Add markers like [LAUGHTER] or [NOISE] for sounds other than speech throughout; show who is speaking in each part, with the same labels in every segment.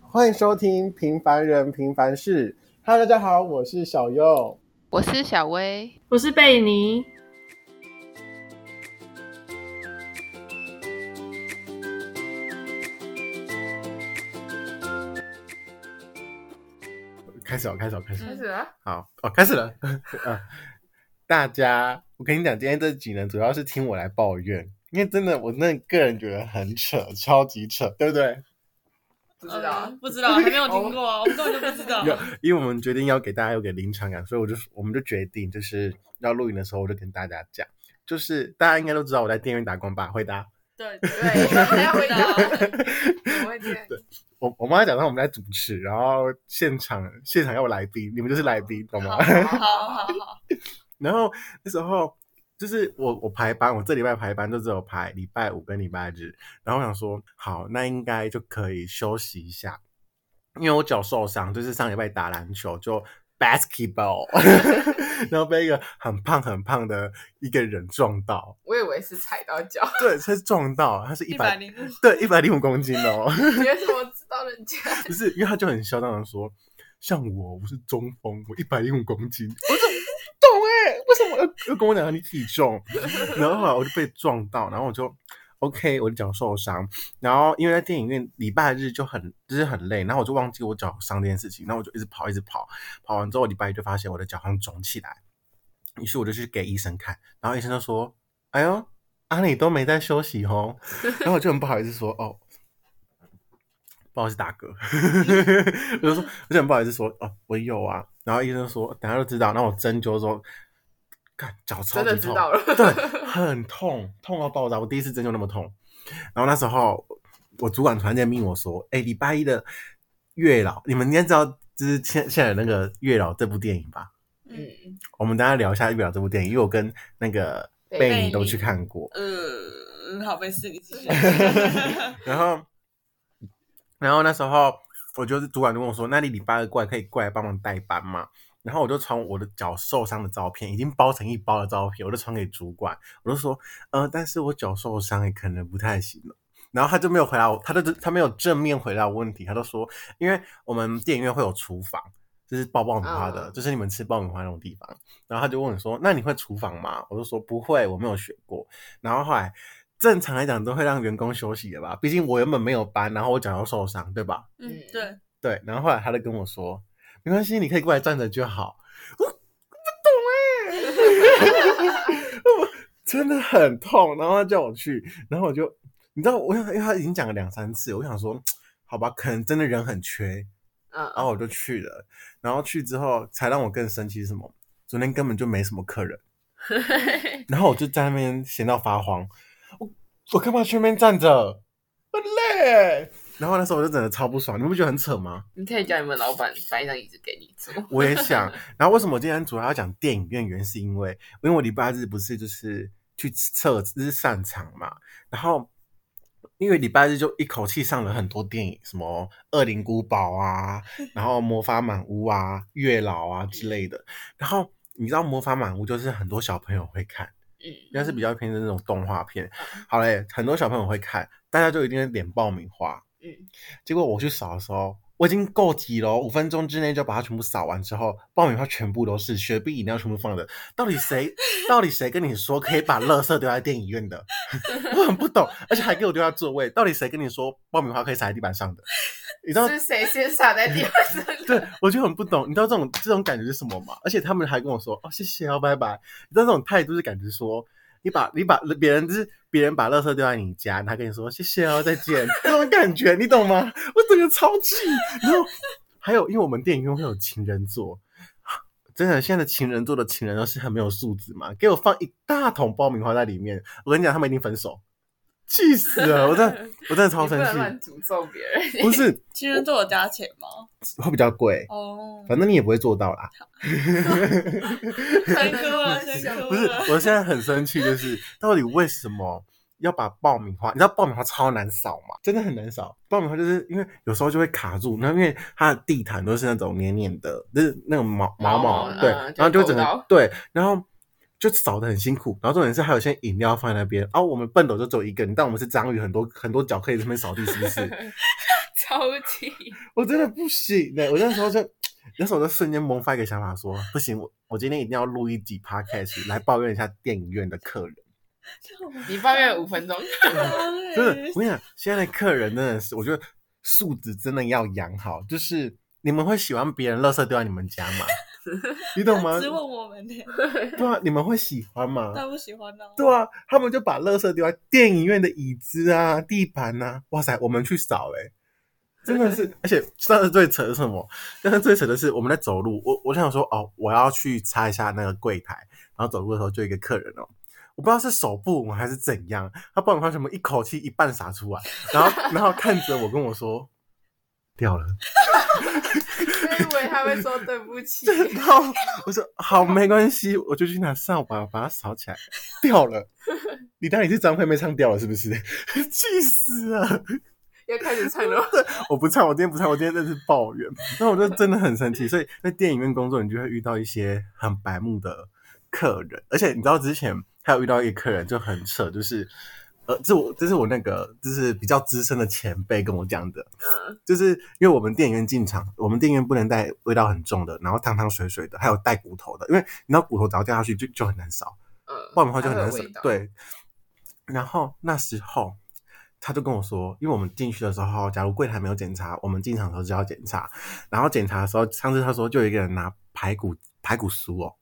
Speaker 1: 欢迎收听《平凡人平凡事》。Hello，大家好，我是小优。
Speaker 2: 我是小薇，
Speaker 3: 我是贝尼。
Speaker 1: 开始哦，开始哦，开始哦。
Speaker 2: 开始
Speaker 3: 了，
Speaker 1: 好，哦，开始了。 [LAUGHS] 嗯，大家，我跟你讲，今天这几人主要是听我来抱怨，因为真的，我那个人觉得很扯，超级扯，对不对？
Speaker 3: 不，
Speaker 2: 不
Speaker 3: 不知道，还没有听过，
Speaker 2: 哦
Speaker 3: 我们根本就不知道。
Speaker 1: 有，因为我们决定要给大家有个临场感，所以我就我们就决定，就是要录影的时候，我就跟大家讲，就是大家应该都知道我在电影院打工吧？回答。 [LAUGHS]
Speaker 3: 对，
Speaker 2: [LAUGHS] 对，还要回答哦，
Speaker 3: 怎么会这样？
Speaker 1: 我我妈讲到我们在主持，然后现场现场要有来宾，你们就是来宾，懂吗？ [LAUGHS]
Speaker 3: 好好好，
Speaker 1: 然后那时候就是我我排班，我这礼拜排班就只有排礼拜五跟礼拜日，然后我想说好，那应该就可以休息一下，因为我脚受伤，就是上礼拜打篮球就 basketball，然后被一个很胖很胖的一个人撞到，
Speaker 2: 我以为是踩到脚，
Speaker 3: [LAUGHS]
Speaker 1: 对，他是撞到，他是一
Speaker 3: 一
Speaker 1: 百
Speaker 3: 百零五，
Speaker 1: 对一百零五公斤哦。
Speaker 2: 你为什么知道人
Speaker 3: [LAUGHS]
Speaker 2: 家？
Speaker 1: 不是，因为他就很嚣张的说，像我，我是中锋，我一百零五公斤， [LAUGHS] 我就懂哎、为什么要要跟我讲你体重？ [LAUGHS] 然后后来我就被撞到，然后我就 OK，我的脚受伤，然后因为在电影院礼拜日就很就是很累，然后我就忘记我脚伤这件事情，然后我就一直跑一直跑，跑完之后礼拜一就发现我的脚好像肿起来，于是我就去给医生看，然后医生就说：“哎呦，啊你都没在休息哦。”然后我就很不好意思说：“哦。”不好意思，打嗝。 [LAUGHS] 我就说，我就很不好意思说，哦，我有啊。然后医生说，等下就知道。然后我针灸说，看脚超级痛，
Speaker 2: 真的知道了
Speaker 1: [LAUGHS] 对，很痛，痛到爆炸。我第一次针灸那么痛。然后那时候我主管突然间命我说，哎、礼拜一的月老，你们应该知道，就是现现在有那个月老这部电影吧？
Speaker 2: 嗯，
Speaker 1: 我们大家聊一下月老这部电影，因为我跟那个
Speaker 2: 对
Speaker 1: 贝尼都去看过。
Speaker 2: 嗯
Speaker 3: 呃，好，没事，你继
Speaker 1: [LAUGHS]
Speaker 3: 续。
Speaker 1: 然后，然后那时候我就是主管就跟我说：“那你礼拜二过来可以过来帮忙代班嘛？”然后我就传我的脚受伤的照片，已经包成一包的照片，我就传给主管，我就说：“呃，但是我脚受伤，也可能不太行了。”然后他就没有回答我，他就他没有正面回答我问题，他就说：“因为我们电影院会有厨房，就是爆爆米花的，
Speaker 2: 嗯
Speaker 1: 就是你们吃爆米花那种地方。”然后他就问我说：“那你会厨房吗？”我就说：“不会，我没有学过。”然后后来正常来讲都会让员工休息的吧，毕竟我原本没有班，然后我脚要受伤，对吧？
Speaker 3: 嗯，对，
Speaker 1: 对，然后后来他就跟我说，没关系，你可以过来站着就好。我我不 [LAUGHS] 懂哎、我真的很痛，然后他叫我去，然后我就，你知道，我想，因为他已经讲了两三次，我想说，好吧，可能真的人很缺，然
Speaker 2: 嗯，
Speaker 1: 后我就去了，然后去之后才让我更生气是什么？昨天根本就没什么客
Speaker 2: [LAUGHS]
Speaker 1: 人，然后我就在那边闲到发慌，我我干嘛去那边站着？很累欸。然后那时候我就真的超不爽，你不觉得很扯吗？
Speaker 2: 你可以叫你们老板搬一张椅子给你坐，
Speaker 1: 我也想。然后为什么我今天主要要讲电影院原因是因为，因为我礼拜日不是就是去测就是散场嘛，然后因为礼拜日就一口气上了很多电影，什么《恶灵古堡》啊，然后《魔法满屋》啊、《月老啊》之类的。然后你知道《魔法满屋》就是很多小朋友会看。应
Speaker 2: 嗯
Speaker 1: 该是比较偏的那种动画片。好嘞，很多小朋友会看，大家就一定会点爆米花。
Speaker 2: 嗯，
Speaker 1: 结果我去扫的时候，我已经够急了哦，五分钟之内就把它全部扫完之后，爆米花全部都是，雪碧、饮料全部放的。到底谁？到底谁跟你说可以把垃圾丢在电影院的？ [LAUGHS] 我很不懂，而且还给我丢在座位。到底谁跟你说爆米花可以撒在地板上的？你知道
Speaker 2: 是谁先撒在
Speaker 1: [LAUGHS]
Speaker 2: 地板上？
Speaker 1: 对，我就很不懂，你知道这种这种感觉是什么吗？而且他们还跟我说：“哦，谢谢哦，拜拜。”你知道这种态度是感觉说，你把你把别人就是别人把垃圾丢在你家，他跟你说“谢谢哦，再见”，这种感觉你懂吗？我整个超气。然后还有，因为我们电影院会有情人座，真的现在的情人座的情人都是很没有素质嘛，给我放一大桶爆米花在里面，我跟你讲，他们一定分手，气死了！我真的我真的超
Speaker 2: 你不
Speaker 1: 生
Speaker 2: 能乱
Speaker 1: 气，
Speaker 2: 诅咒别人，
Speaker 1: 不是
Speaker 3: 情人座有加钱吗？
Speaker 1: 会比较贵，
Speaker 2: [LAUGHS]
Speaker 3: 哦，
Speaker 1: 反正你也不会做到啦。
Speaker 3: 三哥啊，三哥啊， [LAUGHS]
Speaker 1: 不是，我现在很生气，就是 [LAUGHS] 到底为什么要把爆米花？你知道爆米花超难扫嘛？真的很难扫。爆米花就是因为有时候就会卡住，那因为它的地毯都是那种黏黏的，就是那种毛毛
Speaker 2: 毛
Speaker 1: 毛
Speaker 2: 毛，的
Speaker 1: 对
Speaker 2: 嗯，
Speaker 1: 然后
Speaker 2: 就
Speaker 1: 就
Speaker 2: 会
Speaker 1: 整
Speaker 2: 抖到
Speaker 1: 个对，然后。就扫的很辛苦，然后重点是还有些饮料
Speaker 2: [LAUGHS]
Speaker 1: 放在那边，啊，我们笨斗就只有一个，你当我们是章鱼，很多很多脚可以这边扫地是不是？
Speaker 2: 超级
Speaker 1: 我真的不行的、我那时候就，那时候我就瞬间萌发一个想法说，不行，我我今天一定要录一集 podcast 来抱怨一下电影院的客人。
Speaker 2: 你抱怨五分
Speaker 1: [LAUGHS]
Speaker 2: 钟，
Speaker 3: [LAUGHS]
Speaker 1: 真的，我跟你讲，现在的客人真的是，我觉得素质真的要养好。就是你们会喜欢别人垃圾丢在你们家吗？你懂吗？
Speaker 3: 只问我们呢，
Speaker 1: 对啊，你们会喜欢吗？
Speaker 3: 他不喜欢
Speaker 2: [LAUGHS]
Speaker 3: 呢。
Speaker 1: 对啊，他们就把垃圾丢在电影院的椅子啊、地板啊，哇塞，我们去扫哎、真的是，而且上次最扯的是什么？但是最扯的是我们在走路，我我想说哦，我要去擦一下那个柜台，然后走路的时候就有一个客人哦。我不知道是手部还是怎样，他不管他什么，一口气一半洒出来，然后然后看着我跟我说掉了，
Speaker 2: 我以为他会说对不
Speaker 1: [LAUGHS]
Speaker 2: 起。
Speaker 1: 然后我说好没关系，我就去拿扫把把它扫起来，掉了。你当你是张惠妹唱掉了是不是？ [LAUGHS] 气死了！
Speaker 2: 要开
Speaker 1: [LAUGHS]
Speaker 2: 始唱了，
Speaker 1: 我不唱，我今天不唱，我今天真是抱怨。那我就真的很生气。所以在电影院工作，你就会遇到一些很白目的客人，而且你知道之前还有遇到一个客人就很扯，就是。呃，这我这是我那个就是比较资深的前辈跟我讲的，
Speaker 2: 嗯，
Speaker 1: 就是因为我们店员进场，我们店员不能带味道很重的，然后汤汤水水的，还有带骨头的，因为你知道骨头只要掉下去就就很难扫，
Speaker 2: 嗯，
Speaker 1: 不然的话就很难扫
Speaker 2: 它会有味道。，
Speaker 1: 对。然后那时候他就跟我说，因为我们进去的时候，假如柜台没有检查，我们进场的时候就要检查。然后检查的时候，上次他说就有一个人拿排骨排骨酥哦，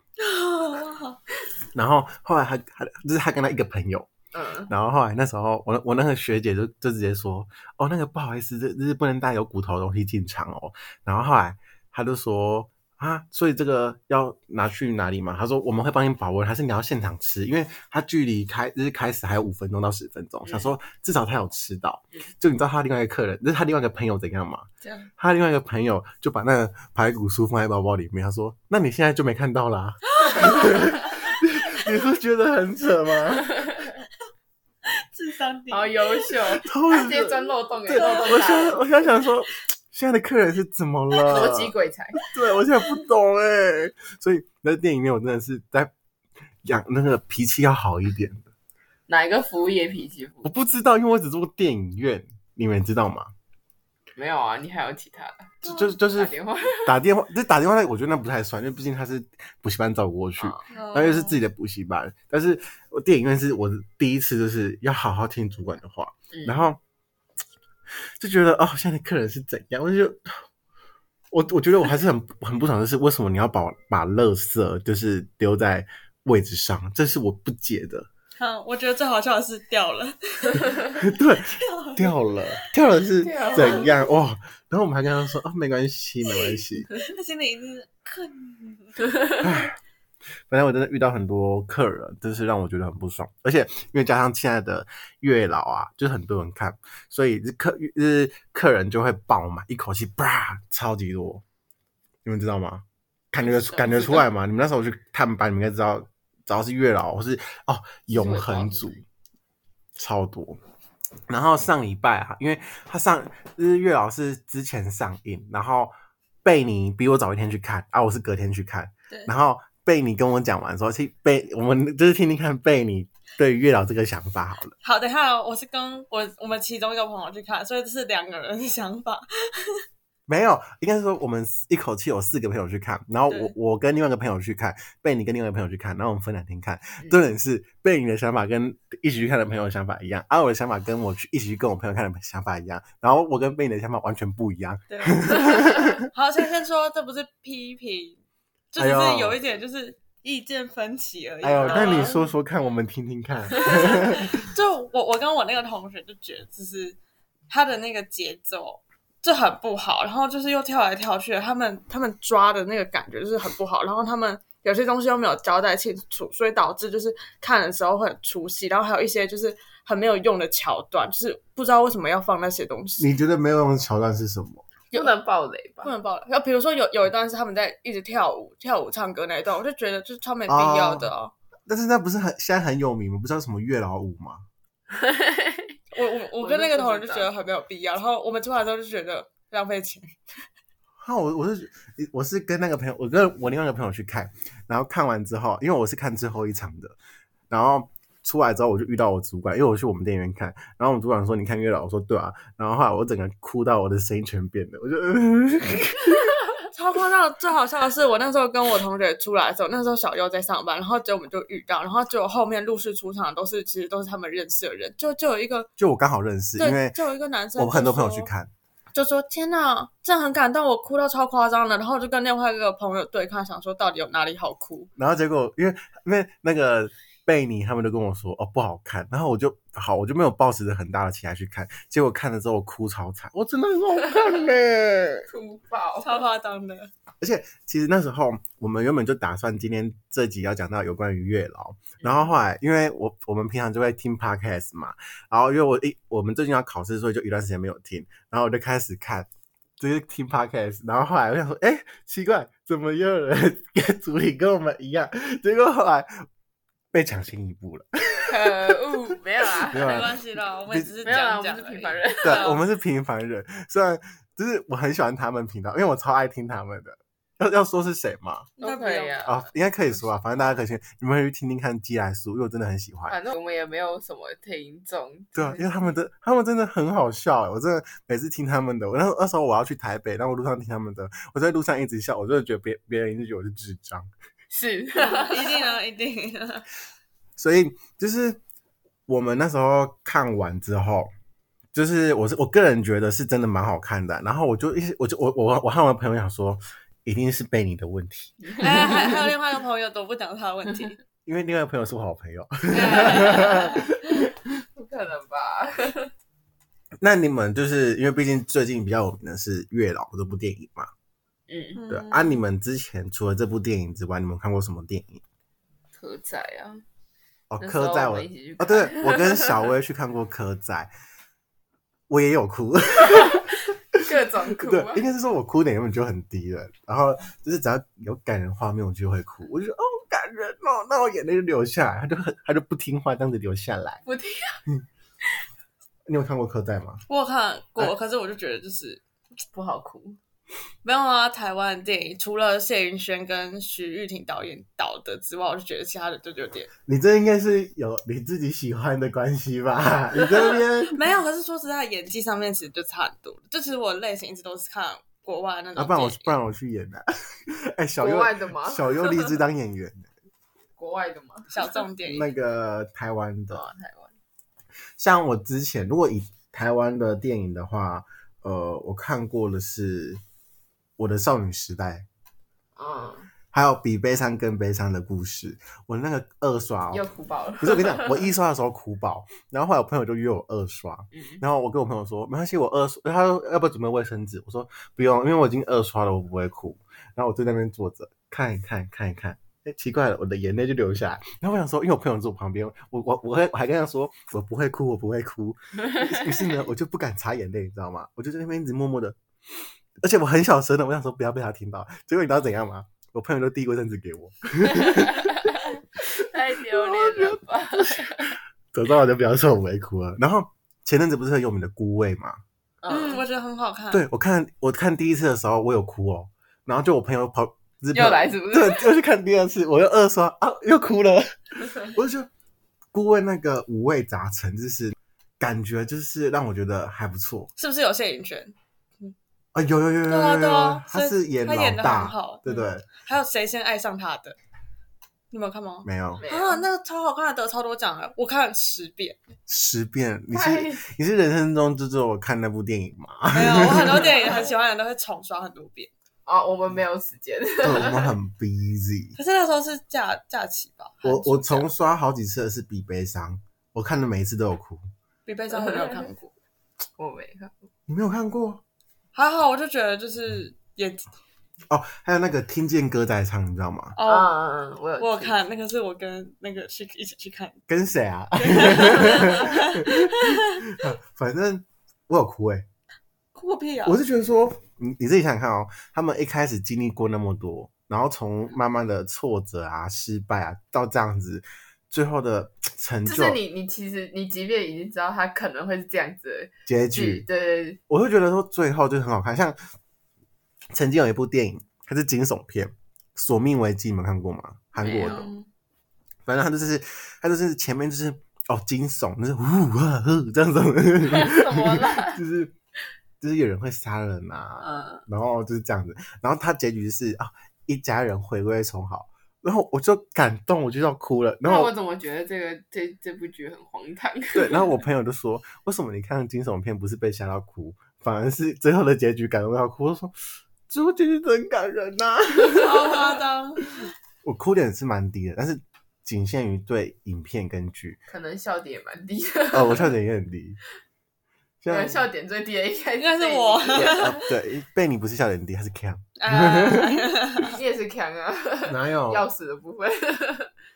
Speaker 1: 然后后来他他就是他跟他一个朋友，
Speaker 2: 嗯，
Speaker 1: 然后后来那时候，我那我那个学姐就就直接说，哦，那个不好意思，这这是不能带有骨头的东西进场哦。然后后来她就说啊，所以这个要拿去哪里嘛？她说我们会帮你保温，还是你要现场吃？因为它距离开就是开始还有五分钟到十分钟，
Speaker 2: 嗯
Speaker 1: 想说至少她有吃到
Speaker 2: 嗯。
Speaker 1: 就你知道她另外一个客人，就是她另外一个朋友怎样嘛？
Speaker 3: 这样
Speaker 1: 她另外一个朋友就把那个排骨酥放在包包里面，他说那你现在就没看到啦、 [LAUGHS] 你你是觉得很扯吗？
Speaker 3: 智商低，
Speaker 2: 好优秀，
Speaker 1: 超
Speaker 2: 他直
Speaker 1: 扯
Speaker 2: 接钻漏洞给 [LAUGHS]
Speaker 1: 对，
Speaker 2: 漏
Speaker 1: 我
Speaker 2: 洞
Speaker 1: 现在
Speaker 2: 大，
Speaker 1: 我现在想说，现在的客人是怎么
Speaker 2: [LAUGHS]
Speaker 1: 了？
Speaker 2: 逻辑鬼才，
Speaker 1: 对我现在不懂哎、所以在电影里面，我真的是在养那个脾气要好一点。
Speaker 2: 哪一个服务业脾气不
Speaker 1: 我？不知道，因为我只做过电影院，你们知道吗？
Speaker 2: 没有啊，你还有其他的
Speaker 1: 就就就是
Speaker 2: 打电话，
Speaker 1: 哦 [LAUGHS] 打电话，就打电话，我觉得那不太算，因为毕竟他是补习班找我去，
Speaker 2: 哦
Speaker 3: 然
Speaker 1: 然后又是自己的补习班。但是我电影院是我第一次，就是要好好听主管的话，
Speaker 2: 嗯
Speaker 1: 然后就觉得哦，现在的客人是怎样？我就我我觉得我还是很很不爽的是，为什么你要把把垃圾就是丢在位置上？这是我不解
Speaker 2: [LAUGHS]
Speaker 1: 的。
Speaker 3: 好，我觉得最好笑的是掉了， [LAUGHS]
Speaker 1: 对，掉了，掉了是
Speaker 2: [LAUGHS] 掉了
Speaker 1: 怎样？哇！然后我们还跟他说啊、没关系，没关系。
Speaker 3: 他心里一定是看，
Speaker 1: 本来我真的遇到很多客人，真是让我觉得很不爽，而且因为加上现在的月老啊，就是很多人看，所以客就是客人就会爆满，一口气啪超级多，你们知道吗？感觉
Speaker 2: 知道
Speaker 1: 感觉出来嘛？你们那时候去探班，你们应该知道，只要是月老或是哦永恒族，超多。然后上礼拜啊，因为他上就是月老是之前上映，然后贝尼比我早一天去看啊，我是隔天去看，
Speaker 3: 对，
Speaker 1: 然后贝尼跟我讲完说，听贝我们就是听听看贝尼对月老这个想法好了。
Speaker 3: 好，等一下哦，我是跟我我们其中一个朋友去看，所以这是两个人的想
Speaker 1: [LAUGHS]
Speaker 3: 法。
Speaker 1: 没有，应该是说我们一口气有四个朋友去看，然后我
Speaker 3: 对
Speaker 1: 我跟另外一个朋友去看，贝尼跟另外一个朋友去看，然后我们分两天看。
Speaker 2: 嗯
Speaker 1: 重点是贝尼的想法跟一起去看的朋友的想法一样，啊而、我的想法跟我去一起去跟我朋友看的想法一样，然后我跟贝尼的想法完全不一样。
Speaker 3: 对，好，先先说这不是批评，就只
Speaker 1: 哎
Speaker 3: 是
Speaker 1: 呦
Speaker 3: 有一点就是意见分歧而已。
Speaker 1: 哎呦，那你
Speaker 3: 嗯
Speaker 1: 说说看，我们听听 [LAUGHS] 看。
Speaker 3: 就我我跟我那个同学就觉得，就是他的那个节奏就很不好，然后就是又跳来跳去的，他们他们抓的那个感觉就是很不好，然后他们有些东西又没有交代清楚，所以导致就是看的时候会很出戏，然后还有一些就是很没有用的桥段，就是不知道为什么要放那些东西。
Speaker 1: 你觉得没有用的桥段是什么？
Speaker 2: 不能爆雷吧
Speaker 3: 不？能爆要比如说有有一段是他们在一直跳舞、跳舞、唱歌那一段，我就觉得就是超没必要的哦。
Speaker 1: 但是那不是很现在很有名吗？不知道什么月老舞吗？
Speaker 3: 我我我
Speaker 2: 我
Speaker 3: 跟
Speaker 2: 就
Speaker 3: 那个
Speaker 2: 不
Speaker 3: 同学
Speaker 2: 知
Speaker 3: 就
Speaker 2: 道
Speaker 3: 觉得很没有必要，然后我们做完之后就觉得浪费钱。
Speaker 1: 哈，我我是我是跟那个朋友，我跟我另外一个朋友去看，然后看完之后，因为我是看最后一场的，然后出来之后我就遇到我主管，因为我去我们店里面看，然后我们主管说你看月老，我说对啊，然后后来我整个哭到我的声音全变了，我就、 [LAUGHS]
Speaker 3: 超夸张！最好笑的是，我那时候跟我同学出来的时候，那时候小优在上班，然后结果我们就遇到，然后结果后面陆续出场的都是其实都是他们认识的人，就就有一个
Speaker 1: 就我刚好认识，因
Speaker 3: 对
Speaker 1: 为，
Speaker 3: 就有一个男生，
Speaker 1: 我很多朋友去，看，
Speaker 3: 就说天哪，真的很感动，我哭到超夸张的，然后我就跟另外一个朋友对看，想说到底有哪里好哭，
Speaker 1: 然后结果因为因为那个贝尼他们就跟我说哦不好看，然后我就好我就没有抱持着很大的期待去看，结果看了之后我哭超惨，我真的很好看嘞、
Speaker 2: [LAUGHS] 哭爆，
Speaker 3: 超夸张的。
Speaker 1: 而且其实那时候我们原本就打算今天这集要讲到有关于月老，然后后来因为我我们平常就会听 podcast 嘛，然后因为我一我们最近要考试，所以就一段时间没有听，然后我就开始看。就是听 podcast，然后后来我想说，哎、奇怪，怎么又有人跟主理跟我们一样？结果后来被抢先一步了。
Speaker 2: 可恶，没有 [LAUGHS] 啦
Speaker 1: 没，有
Speaker 3: 没
Speaker 1: 啦
Speaker 3: 关系啦，我们只是
Speaker 2: 没有啦，
Speaker 3: 讲
Speaker 2: 我
Speaker 3: 讲
Speaker 2: 们
Speaker 3: 而已
Speaker 2: 是平凡。人。
Speaker 1: 对
Speaker 3: 对啊，
Speaker 1: 我们是平凡人，虽然就是我很喜欢他们频道，因为我超爱听他们的。要要说是谁吗？
Speaker 3: 应该
Speaker 2: 都
Speaker 3: 不
Speaker 2: 可以
Speaker 3: 用
Speaker 2: 啊
Speaker 1: 啊，应该可以说啊，反正大家可以去，你们可以去听听看寄来书，因为我真的很喜欢。
Speaker 2: 反正我们也没有什么听众，
Speaker 1: 呃对啊，因为他们的他们真的很好笑、欸，我真的每次听他们的，我那那时候我要去台北，然后我路上听他们的，我在路上一直笑，我真的觉得别别人一直觉得我是智障。
Speaker 2: 是
Speaker 3: 一定啊，一定啊。
Speaker 1: 所以就是我们那时候看完之后，就是我是我个人觉得是真的蛮好看的，然后我就一直我就我我我和我朋友讲说，一定是被你的问题，
Speaker 3: 哎，还还有另外一个朋友都不讲他的问题，
Speaker 1: 因为另外一个朋友是我好朋友。
Speaker 2: [LAUGHS]
Speaker 1: [LAUGHS]
Speaker 2: 不可能吧？
Speaker 1: 那你们就是因为毕竟最近比较有名的是《月老》这部电影嘛，
Speaker 2: [LAUGHS] 嗯，
Speaker 1: 对、
Speaker 3: 嗯
Speaker 1: 啊。你们之前除了这部电影之外，你们看过什么电影？
Speaker 2: 何在啊？
Speaker 1: 哦，
Speaker 2: 那时
Speaker 1: 刻
Speaker 2: 候
Speaker 1: 在
Speaker 2: 我
Speaker 1: 我
Speaker 2: 们一起去
Speaker 1: 哦，
Speaker 2: 看
Speaker 1: 对，我跟小薇去看过刻在，我也有
Speaker 2: [LAUGHS]
Speaker 1: 哭，
Speaker 2: [LAUGHS] 各种哭
Speaker 1: 对
Speaker 2: 啊，
Speaker 1: 应！该是说我哭点原本就很低了，然后就是只要有感人画面，我就会哭，我就觉得哦感人哦，那我眼泪就流下来，他就很他就不听话，这样子流下来。嗯
Speaker 2: 不听
Speaker 1: 你有看过刻在吗？
Speaker 3: 我有看
Speaker 1: 哎
Speaker 3: 过，可是我就觉得就是
Speaker 2: 不好哭，
Speaker 3: 没有啊。台湾电影除了谢云轩跟徐玉婷导演导的之外，我就觉得其他的就有
Speaker 2: [LAUGHS]
Speaker 3: 点
Speaker 1: 你这应该是有你自己喜欢的关系吧？你这
Speaker 2: [LAUGHS]
Speaker 1: 边
Speaker 3: 没有。可是说实在，演技上面其实就差很多。就其实我类型一直都是看国外那
Speaker 1: 啊，
Speaker 3: 种
Speaker 1: 不然
Speaker 3: 电
Speaker 1: 我
Speaker 3: 影，
Speaker 1: 不然我去演的、 [LAUGHS] 哎，小
Speaker 2: 国
Speaker 1: 优
Speaker 2: 外的吗？
Speaker 1: 小优立志当演员，
Speaker 2: 国外的吗？
Speaker 3: 小众电影。
Speaker 1: 那个台湾的
Speaker 2: 对。啊，台湾。
Speaker 1: 像我之前如果以台湾的电影的话，呃，我看过的是《我的少女时代》，
Speaker 2: 嗯，
Speaker 1: 还有《比悲伤更悲伤的故事》。我那个二刷、
Speaker 2: 又
Speaker 1: 哦，
Speaker 2: 哭爆了。
Speaker 1: 不是我跟你讲，我一刷的时候哭爆，然后后来我朋友就约我二刷，
Speaker 2: 嗯，
Speaker 1: 然后我跟我朋友说没关系，我二刷，他说要不要准备卫生纸？我说不用，因为我已经二刷了，我不会哭。然后我就在那边坐着看一看，看一看。哎，奇怪了，我的眼泪就流下来。然后我想说，因为我朋友坐我旁边，我我我还我还跟他说，我不会哭，我不会哭。
Speaker 2: [LAUGHS]
Speaker 1: 于是呢，我就不敢擦眼泪，你知道吗？我就在那边一直默默的，而且我很小声的，我想说不要被他听到。结果你知道怎样吗？我朋友就递卫生纸给我，
Speaker 2: 太丢脸了吧？
Speaker 1: 走到我就表示我不会哭了。然后前阵子不是很有名的《孤味》吗？
Speaker 3: 嗯，
Speaker 2: [LAUGHS] 嗯，
Speaker 3: 我觉得很好看。，
Speaker 1: 对我看我看第一次的时候，我有哭哦，然后就我朋友跑日
Speaker 2: 又来是不是？
Speaker 1: 对，又去看第二次，我又二刷啊，又哭
Speaker 3: [LAUGHS]
Speaker 1: 了。我就觉得顾问那个五味杂陈，就是感觉就是让我觉得还不错
Speaker 3: 是不是有谢云轩？
Speaker 1: 啊，有有有有
Speaker 3: 对啊
Speaker 1: 有
Speaker 3: 对
Speaker 1: 有
Speaker 3: 啊，，
Speaker 1: 他
Speaker 3: 所
Speaker 1: 是
Speaker 3: 以
Speaker 1: 演
Speaker 3: 他
Speaker 1: 老
Speaker 3: 演的很
Speaker 1: 大，
Speaker 3: 好。
Speaker 1: 对不
Speaker 3: 嗯
Speaker 1: 对？
Speaker 3: 还有谁先爱上他的？你们有看吗？
Speaker 1: 没有
Speaker 2: 没有
Speaker 3: 啊，那个超好看的，得超多奖了，我看了十
Speaker 1: [LAUGHS]
Speaker 3: 遍。
Speaker 1: 十遍，你
Speaker 2: 太
Speaker 3: [LAUGHS]
Speaker 1: 是你是人生中就只有看那部电影吗？
Speaker 3: 没有，我很多电影很喜欢的都会重刷很多遍。
Speaker 2: 哦，我们没有时间。
Speaker 1: 对，我们很 busy。
Speaker 3: 可是那时候是假假期吧？
Speaker 1: 我
Speaker 3: 寒暑
Speaker 1: 我
Speaker 3: 假
Speaker 1: 重刷好几次的是《比悲伤》，我看的每一次都有哭。
Speaker 3: 比悲伤会没有看过，
Speaker 2: [LAUGHS] 我没看，
Speaker 1: 你没有看过
Speaker 3: 还好，我就觉得就是演
Speaker 1: 哦？还有那个《听见歌在唱》，你知道吗？
Speaker 3: 哦，
Speaker 2: 嗯嗯，我有
Speaker 3: 我有
Speaker 2: 去，
Speaker 3: 看那个是我跟那个去一起去看，
Speaker 1: 跟谁啊？ [LAUGHS] 反正我有哭哎、
Speaker 3: 哭个屁啊！
Speaker 1: 我是觉得说，你你自己想想看哦，他们一开始经历过那么多，然后从慢慢的挫折啊、失败啊，到这样子，最后的成
Speaker 2: 就
Speaker 1: 就是
Speaker 2: 你，你其实你即便已经知道他可能会是这样子的
Speaker 1: 结局，
Speaker 2: 剧，对
Speaker 1: [LAUGHS]
Speaker 2: 对对，
Speaker 1: 我会觉得说最后就是很好看。像曾经有一部电影，它是惊悚片，《索命危机》，你们看过吗？韩国
Speaker 2: 没
Speaker 1: 的
Speaker 2: 有，
Speaker 1: 反正他就是他就是前面就是哦惊悚，就是呜啊呜这样子，
Speaker 2: [LAUGHS] 怎么
Speaker 1: [LAUGHS]
Speaker 2: 了？
Speaker 1: 就是就是有人会杀人啊，
Speaker 2: 嗯，
Speaker 1: 然后就是这样子，然后他结局是啊一家人回归重好，然后我就感动，我就要哭了，然
Speaker 2: 那
Speaker 1: 后
Speaker 2: 我怎么觉得这个这这部剧很荒唐？ [LAUGHS]
Speaker 1: 对，然后我朋友就说，为什么你看惊悚片不是被吓到哭，反而是最后的结局感动到哭？我说，最后结局真的很感人呐、 [LAUGHS]
Speaker 3: 超夸张。
Speaker 1: 我哭点是蛮低的，但是仅限于对影片跟剧，
Speaker 2: 可能笑点也蛮低的，
Speaker 1: 哦，我笑点也很低。
Speaker 2: 可能
Speaker 1: 像
Speaker 2: 笑点最低的应该
Speaker 3: 应该是我
Speaker 2: 贝
Speaker 1: [LAUGHS] 对啊对，贝你不是笑点低，他是
Speaker 2: [LAUGHS]
Speaker 1: cam， [LAUGHS]
Speaker 3: 啊
Speaker 2: 你，你也是强啊，
Speaker 1: 哪有
Speaker 2: 钥匙的部分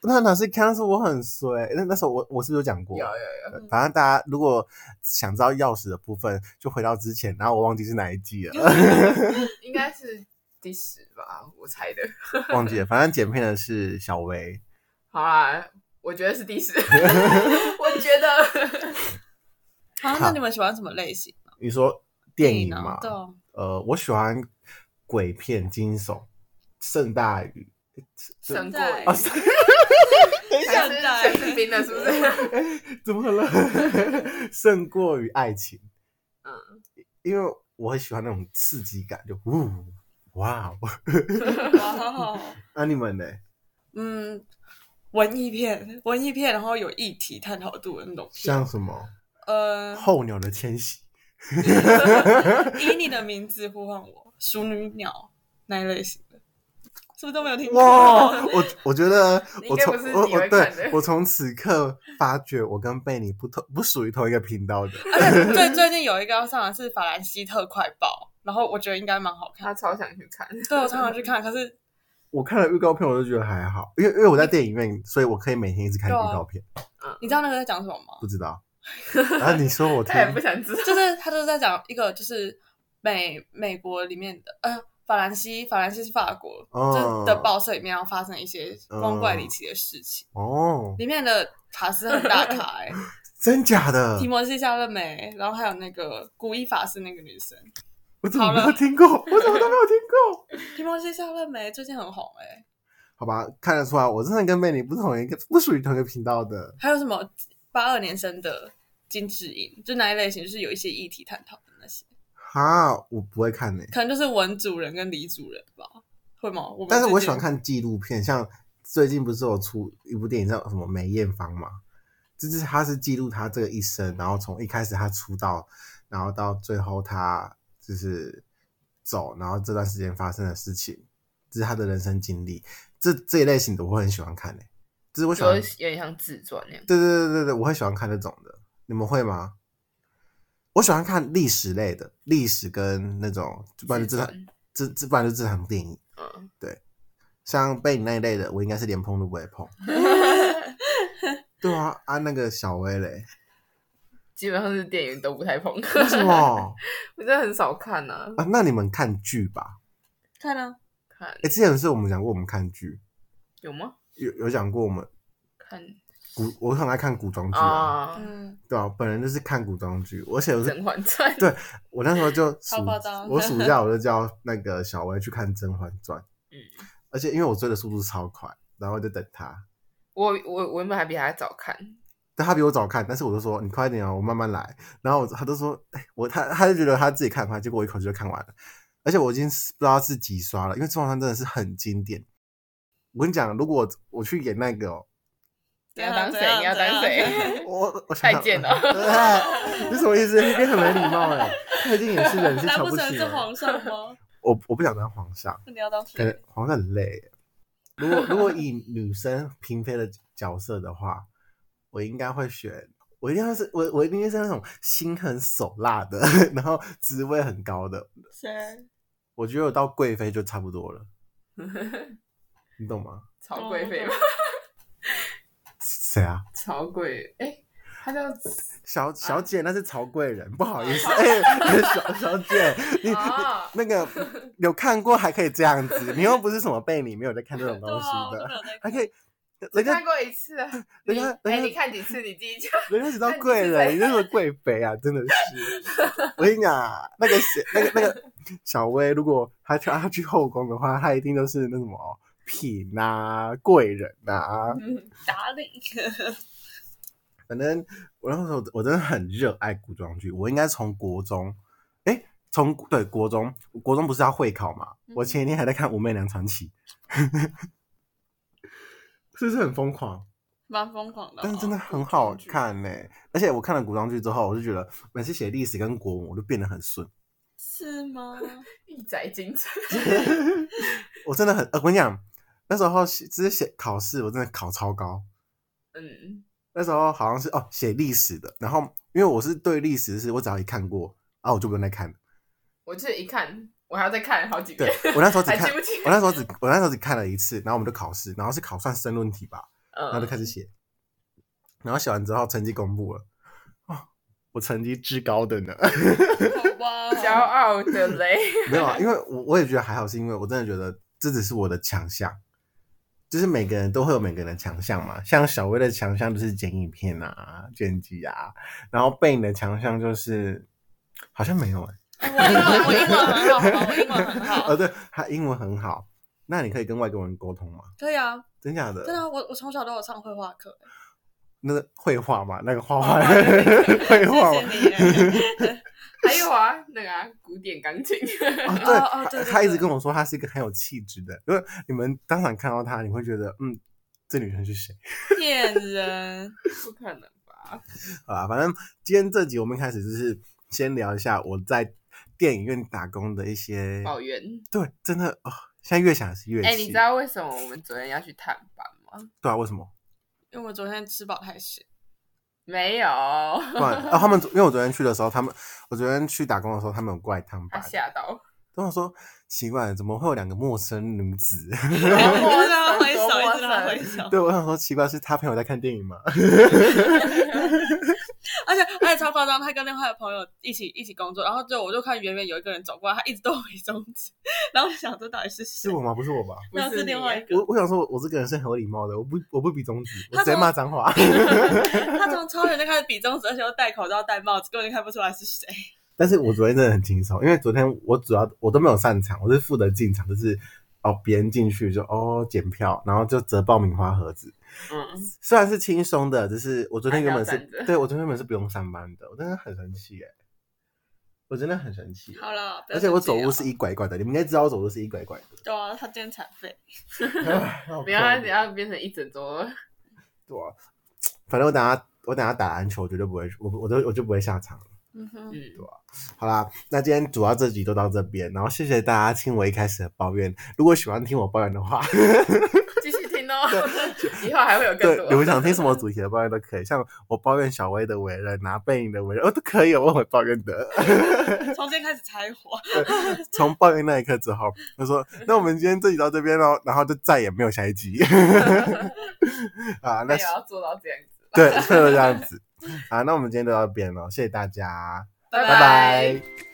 Speaker 1: 那哪是 cam 是我很衰，那那时候我我是不是有讲过
Speaker 2: [LAUGHS] 有有？嗯有，
Speaker 1: 呃反正大家如果想知道钥匙的部分，就回到之前，然后我忘记是哪一季了。
Speaker 2: [LAUGHS] 应该是第十吧，我猜的。
Speaker 1: 忘记了，反正剪片的是小薇。
Speaker 2: 好啦，我觉得是
Speaker 1: [LAUGHS]
Speaker 2: 第十，我觉得
Speaker 3: 好，那你们喜欢什么类型？
Speaker 1: 你说电影嘛，
Speaker 3: 对啊，
Speaker 1: 呃，我喜欢鬼片、惊悚、盛大雨。这
Speaker 2: 神过
Speaker 3: 在
Speaker 2: 瘾
Speaker 3: [LAUGHS]
Speaker 1: 啊，是 [LAUGHS] 等一下，
Speaker 2: 还是还是冰的，是
Speaker 1: [LAUGHS]
Speaker 2: 不是？
Speaker 1: 哎怎么了？ [LAUGHS] 胜过于爱情。
Speaker 2: 嗯，
Speaker 1: 因为我很喜欢那种刺激感，就呜哇哦。 [LAUGHS]
Speaker 3: 哇哦
Speaker 1: 那、你们呢？
Speaker 3: 嗯，文艺片，文艺片，然后有议题探讨度的那种片。
Speaker 1: 像什么
Speaker 3: 呃，
Speaker 2: 啊
Speaker 1: 候鸟的迁徙？
Speaker 3: [LAUGHS] 以你的名字呼唤我，熟女鸟那一类型的，是不是都没有听过？
Speaker 1: 哇，我我觉
Speaker 2: [LAUGHS]
Speaker 1: 得
Speaker 2: 你应
Speaker 1: 我
Speaker 2: 该
Speaker 1: 从
Speaker 2: 不是
Speaker 1: 我
Speaker 2: 你
Speaker 1: 我
Speaker 2: 会看
Speaker 1: 对
Speaker 2: 的
Speaker 1: 我从此刻发觉，我跟贝尼不同，不属于同一个频道的。
Speaker 3: [LAUGHS]
Speaker 1: [LAUGHS]
Speaker 3: 而且最最近有一个要上的是《法兰西特快报》，然后我觉得应该蛮好看
Speaker 2: 他
Speaker 3: 的。
Speaker 2: 超想去看，
Speaker 3: 对，我常常去看，可是
Speaker 1: 我看了预告片，我就觉得还好，因为因为我在电影院，所以我可以每天一直看预
Speaker 3: 对啊
Speaker 1: 告片。
Speaker 3: 你知道那个在讲什么吗？
Speaker 1: 不知道， [LAUGHS] 然后你说我听
Speaker 3: [LAUGHS]
Speaker 2: 他也不想知道。
Speaker 3: 就是他就是在讲一个就是美美国里面的呃法兰西，法兰西是法国、
Speaker 1: 哦
Speaker 3: 就是的报社里面要发生一些光怪离奇的事情，
Speaker 1: 哦，
Speaker 3: 里面的卡斯很大卡哎、
Speaker 1: 真假的
Speaker 3: [LAUGHS] 提？摩西夏勒梅，然后还有那个古一法师那个女生，
Speaker 1: 我怎么没
Speaker 3: 好
Speaker 1: 有
Speaker 3: 了
Speaker 1: 听过？ [LAUGHS] 我怎么都没有听过？
Speaker 3: 提摩西夏勒梅最近很红哎、
Speaker 1: 好吧，看得出来，我真的跟贝尼不同一个，不属于同一个频道的。
Speaker 3: 还有什么八二年生的金智英，就哪一类型，就是有一些议题探讨的那些，
Speaker 1: 哈，我不会看呢、
Speaker 3: 可能就是文主人跟李主人吧，会吗？我们
Speaker 1: 但是
Speaker 3: 最
Speaker 1: 我
Speaker 3: 近
Speaker 1: 喜欢看纪录片，像最近不是有出一部电影叫什么《梅艳芳》嘛？就是他是记录他这个一生，然后从一开始他出道，然后到最后他就是走，然后这段时间发生的事情，这是他的人生经历。这这一类型的我会很喜欢看诶、就是我喜
Speaker 2: 有
Speaker 1: 欢，
Speaker 2: 有
Speaker 1: 对
Speaker 2: 点像自传那样，
Speaker 1: 嗯对对对对，我会喜欢看这种的。你们会吗？我喜欢看历史类的，历史跟那种，不然就
Speaker 2: 自
Speaker 1: 这
Speaker 2: 传
Speaker 1: 这这不然就这场电影。
Speaker 2: 嗯，
Speaker 1: 像贝你那一类的，我应该是连碰都不会碰。对啊，啊那个小薇嘞，
Speaker 2: 基本上是电影都不太碰，
Speaker 1: 为什么
Speaker 2: [LAUGHS] 我真的很少看呐、
Speaker 1: 啊？那你们看剧吧？
Speaker 3: 看啊，
Speaker 2: 看
Speaker 1: 哎、之前是我们讲过我们看剧，
Speaker 2: 有吗？
Speaker 1: 有有讲过我们
Speaker 2: 看
Speaker 1: 古，我很爱看古装剧啊，
Speaker 2: 啊，
Speaker 3: 嗯，
Speaker 1: 对啊，本人就是看古装剧，而且我
Speaker 2: 《
Speaker 1: 是
Speaker 2: 甄嬛传》 [LAUGHS]
Speaker 1: 对我那时候就暑
Speaker 3: 超夸张
Speaker 1: 我暑假我就叫那个小薇去看《甄嬛传》，
Speaker 2: 嗯，
Speaker 1: 而且因为我追的速度超快，然后我就等她，
Speaker 2: 我我我原本还比他早看，
Speaker 1: 但他比我早看，但是我就说你快点哦，我慢慢来。然后我他都说，哎、我他他就觉得他自己看很快，结果我一口气就看完了。而且我已经是不知道是几刷了，因为《甄嬛传》真的是很经典。我跟你讲，如果我我去演那个哦、
Speaker 2: 你要当
Speaker 3: 怎
Speaker 2: 谁？
Speaker 3: 样
Speaker 2: 你要当？
Speaker 3: 怎样
Speaker 2: 谁？
Speaker 1: 我我想想
Speaker 2: 太贱了
Speaker 1: [LAUGHS] 哎你什么意思？你很没礼貌哎！太监也是人，是
Speaker 3: [LAUGHS] 难
Speaker 1: 瞧
Speaker 3: 不
Speaker 1: 起
Speaker 3: 成是
Speaker 1: 人。
Speaker 3: 皇上吗？
Speaker 1: 我我不想当皇上，
Speaker 3: 那你要当
Speaker 1: 感
Speaker 3: 谁
Speaker 1: 觉？皇上很累耶。如果如果以女生嫔妃的角色的话， [LAUGHS] 我应该会选，我一定会是我我一定是那种心狠手辣的， [LAUGHS] 然后职位很高的。
Speaker 3: 谁？
Speaker 1: 我觉得我到贵妃就差不多了，
Speaker 2: [LAUGHS]
Speaker 1: 你懂吗？
Speaker 2: 曹贵妃 [LAUGHS] 吧，
Speaker 1: 谁啊？
Speaker 2: 曹贵，哎、他
Speaker 1: 哦
Speaker 2: 叫
Speaker 3: 啊
Speaker 1: 小小姐，那是曹贵
Speaker 3: [LAUGHS]
Speaker 1: 人，不好意思， [LAUGHS] 哎，小小姐，你
Speaker 3: 哦
Speaker 2: 啊，
Speaker 1: 那个有看过还可以这样子，你又不是什么贝你没有在看这种
Speaker 3: [LAUGHS] 对
Speaker 1: 东西
Speaker 3: 啊，我都没
Speaker 1: 的，
Speaker 3: 有在
Speaker 1: 还
Speaker 3: 看。
Speaker 1: 可以，人家
Speaker 2: 看过一次啊。
Speaker 1: 人
Speaker 2: 你
Speaker 1: 家
Speaker 2: 哎、
Speaker 1: 人家
Speaker 2: 你看几次？你 [LAUGHS] 自己讲。
Speaker 1: 人家只知道贵人，你那个贵妃啊，真的 [LAUGHS] 是。我跟你讲啊，那个谁，那个那个小薇，如果她去她去后宫的话，她一定都是那什么品啊、贵人啊，
Speaker 2: 嗯
Speaker 3: 打理。
Speaker 1: 反正我那时候我真的很热爱古装剧，我应该从国中，哎、从对国中，国中不是要会考嘛？
Speaker 2: 嗯
Speaker 1: 我前一天还在看《武媚娘传奇》，是不是很疯狂？
Speaker 3: 蛮疯狂的哦、
Speaker 1: 但是真的很好看呢、而且我看了古装剧之后，我就觉得每次写历史跟国文，我就变得很顺。
Speaker 3: 是
Speaker 1: [LAUGHS]
Speaker 3: 吗？
Speaker 2: 一载精神，
Speaker 1: 我真的很，呃我跟你讲，那时候写只是写考试，我真的考超高。
Speaker 2: 嗯，
Speaker 1: 那时候好像是哦写历史的，然后因为我是对历史是我只要一看过啊，我就不用再看了。
Speaker 2: 我记得一看，我还要再看好几
Speaker 1: 对
Speaker 2: 遍，
Speaker 1: 我那时候只
Speaker 2: 还
Speaker 1: 看
Speaker 2: 记，不清
Speaker 1: 我那时候只我那时候只看了一次，然后我们就考试，然后是考算申论题吧，然后就开始写，然后写完之后成绩公布了，哦，我成绩之高的呢，
Speaker 3: 好吧，
Speaker 2: 骄傲的嘞，
Speaker 1: [LAUGHS] 没有啊，因为我我也觉得还好，是因为我真的觉得这只是我的强项，就是每个人都会有每个人的强项嘛，像小薇的强项就是剪影片啊、剪辑啊，然后贝你的强项就是好像没有哎、
Speaker 3: 哎我英文我英文很好，好吧我英文很好
Speaker 1: 哦，，对，他英文很好，那你可以跟外国人沟通吗？
Speaker 3: 可以啊，
Speaker 1: 真假的？
Speaker 3: 真的啊，我我从小都有上绘画课，
Speaker 1: 那个绘画嘛，那个画 [LAUGHS] 画
Speaker 3: 哦对对 [LAUGHS]
Speaker 1: 绘
Speaker 3: 对
Speaker 1: 画嘛，
Speaker 3: 谢谢你。
Speaker 2: 还有啊，那个啊，古典钢琴，
Speaker 1: 啊，
Speaker 3: 哦
Speaker 1: 对，
Speaker 3: 哦对
Speaker 1: 他
Speaker 3: 对
Speaker 1: 他一
Speaker 3: 对
Speaker 1: 直跟我说他是一个很有气质的，因为你们当场看到他，你会觉得嗯，这女生是谁？
Speaker 3: 骗人，
Speaker 2: 不可能吧？
Speaker 1: 好啦，反正今天这集我们开始就是先聊一下我在电影院打工的一些，
Speaker 2: 抱怨。
Speaker 1: 对，真的哦，现在越想是越气。
Speaker 2: 哎、你知道为什么我们昨天要去探班吗？
Speaker 1: 对啊？为什么？
Speaker 3: 因为我昨天吃饱太闲，
Speaker 2: 没有，
Speaker 1: 不
Speaker 2: [LAUGHS]
Speaker 1: 然，哦，他们因为我昨天去的时候，他们我昨天去打工的时候，他们有过来探
Speaker 2: 他
Speaker 1: 班，
Speaker 2: 吓到。
Speaker 1: 跟我说奇怪，怎么会有两个陌生女子？ [LAUGHS]
Speaker 3: 我让他挥
Speaker 2: 多
Speaker 3: 手，
Speaker 2: 陌
Speaker 3: 一直让他
Speaker 2: 生
Speaker 3: 挥 [LAUGHS] 手，
Speaker 1: 对我想说奇怪，是他朋友在看电影吗？
Speaker 3: 而且而且超夸张，他跟另外的朋友一起一起工作，然后就我就看远远有一个人走过来，他一直动我中指，然后我想这到底是
Speaker 1: 是？
Speaker 3: 谁
Speaker 1: 我吗？不是我吧？
Speaker 2: 不
Speaker 3: 那是
Speaker 2: 是
Speaker 3: 另外一
Speaker 2: 你
Speaker 3: 个，
Speaker 1: 我我想说，我这个人是很有礼貌的，我不我不比中指，我
Speaker 3: 他
Speaker 1: 直接
Speaker 3: 说
Speaker 1: 骂脏话。
Speaker 3: 他从超远就开始比中指，而且又戴口罩、戴帽子，根本就看不出来是谁。
Speaker 1: 但是我昨天真的很轻松，因为昨天我主要我都没有散场，我是负责进场，就是哦别人进去就哦检票，然后就折爆米花盒子。
Speaker 2: 嗯，
Speaker 1: 虽然是轻松的，只是我昨天原本是
Speaker 2: 还是要站着
Speaker 1: 对我昨天原本是不用上班的，我真的很生气耶、我真的很生气。
Speaker 3: [LAUGHS] 好了，不要
Speaker 1: 而且我
Speaker 3: 生
Speaker 1: 走
Speaker 3: 气
Speaker 1: 路
Speaker 3: 了
Speaker 1: 是一拐一拐的，你们应该知道我走路是一拐一拐的。
Speaker 3: 对啊，他今天残废，
Speaker 1: 唉好
Speaker 2: 不要
Speaker 1: 可
Speaker 2: 不
Speaker 1: 怜
Speaker 2: 要变成一整桌，
Speaker 1: [LAUGHS] 对啊，反正我等下我等下打篮球，我绝对不会，我我都我就不会下场了。
Speaker 3: 嗯哼，
Speaker 2: 嗯，
Speaker 1: 好啦，那今天主要这集就到这边，然后谢谢大家听我一开始的抱怨。如果喜欢听我抱怨的话，
Speaker 2: 继续听哦，以后还会有更
Speaker 1: [LAUGHS] 对，
Speaker 2: 多。
Speaker 1: 你们想听什么主题的抱怨都可以，像我抱怨小薇的为人啊，拿背影的为人，哦都可以，我会抱怨的。
Speaker 2: [LAUGHS]
Speaker 3: 从今天开始拆火，
Speaker 1: 从抱怨那一刻之后，他说：“那我们今天这集到这边喽，然后就再也没有下一
Speaker 2: [LAUGHS]
Speaker 1: 集。啊，那
Speaker 2: 没有要做到这样子。
Speaker 1: 对，就是这样子。啊，那我们今天就到这边喽，谢谢大家，
Speaker 2: 拜
Speaker 1: 拜拜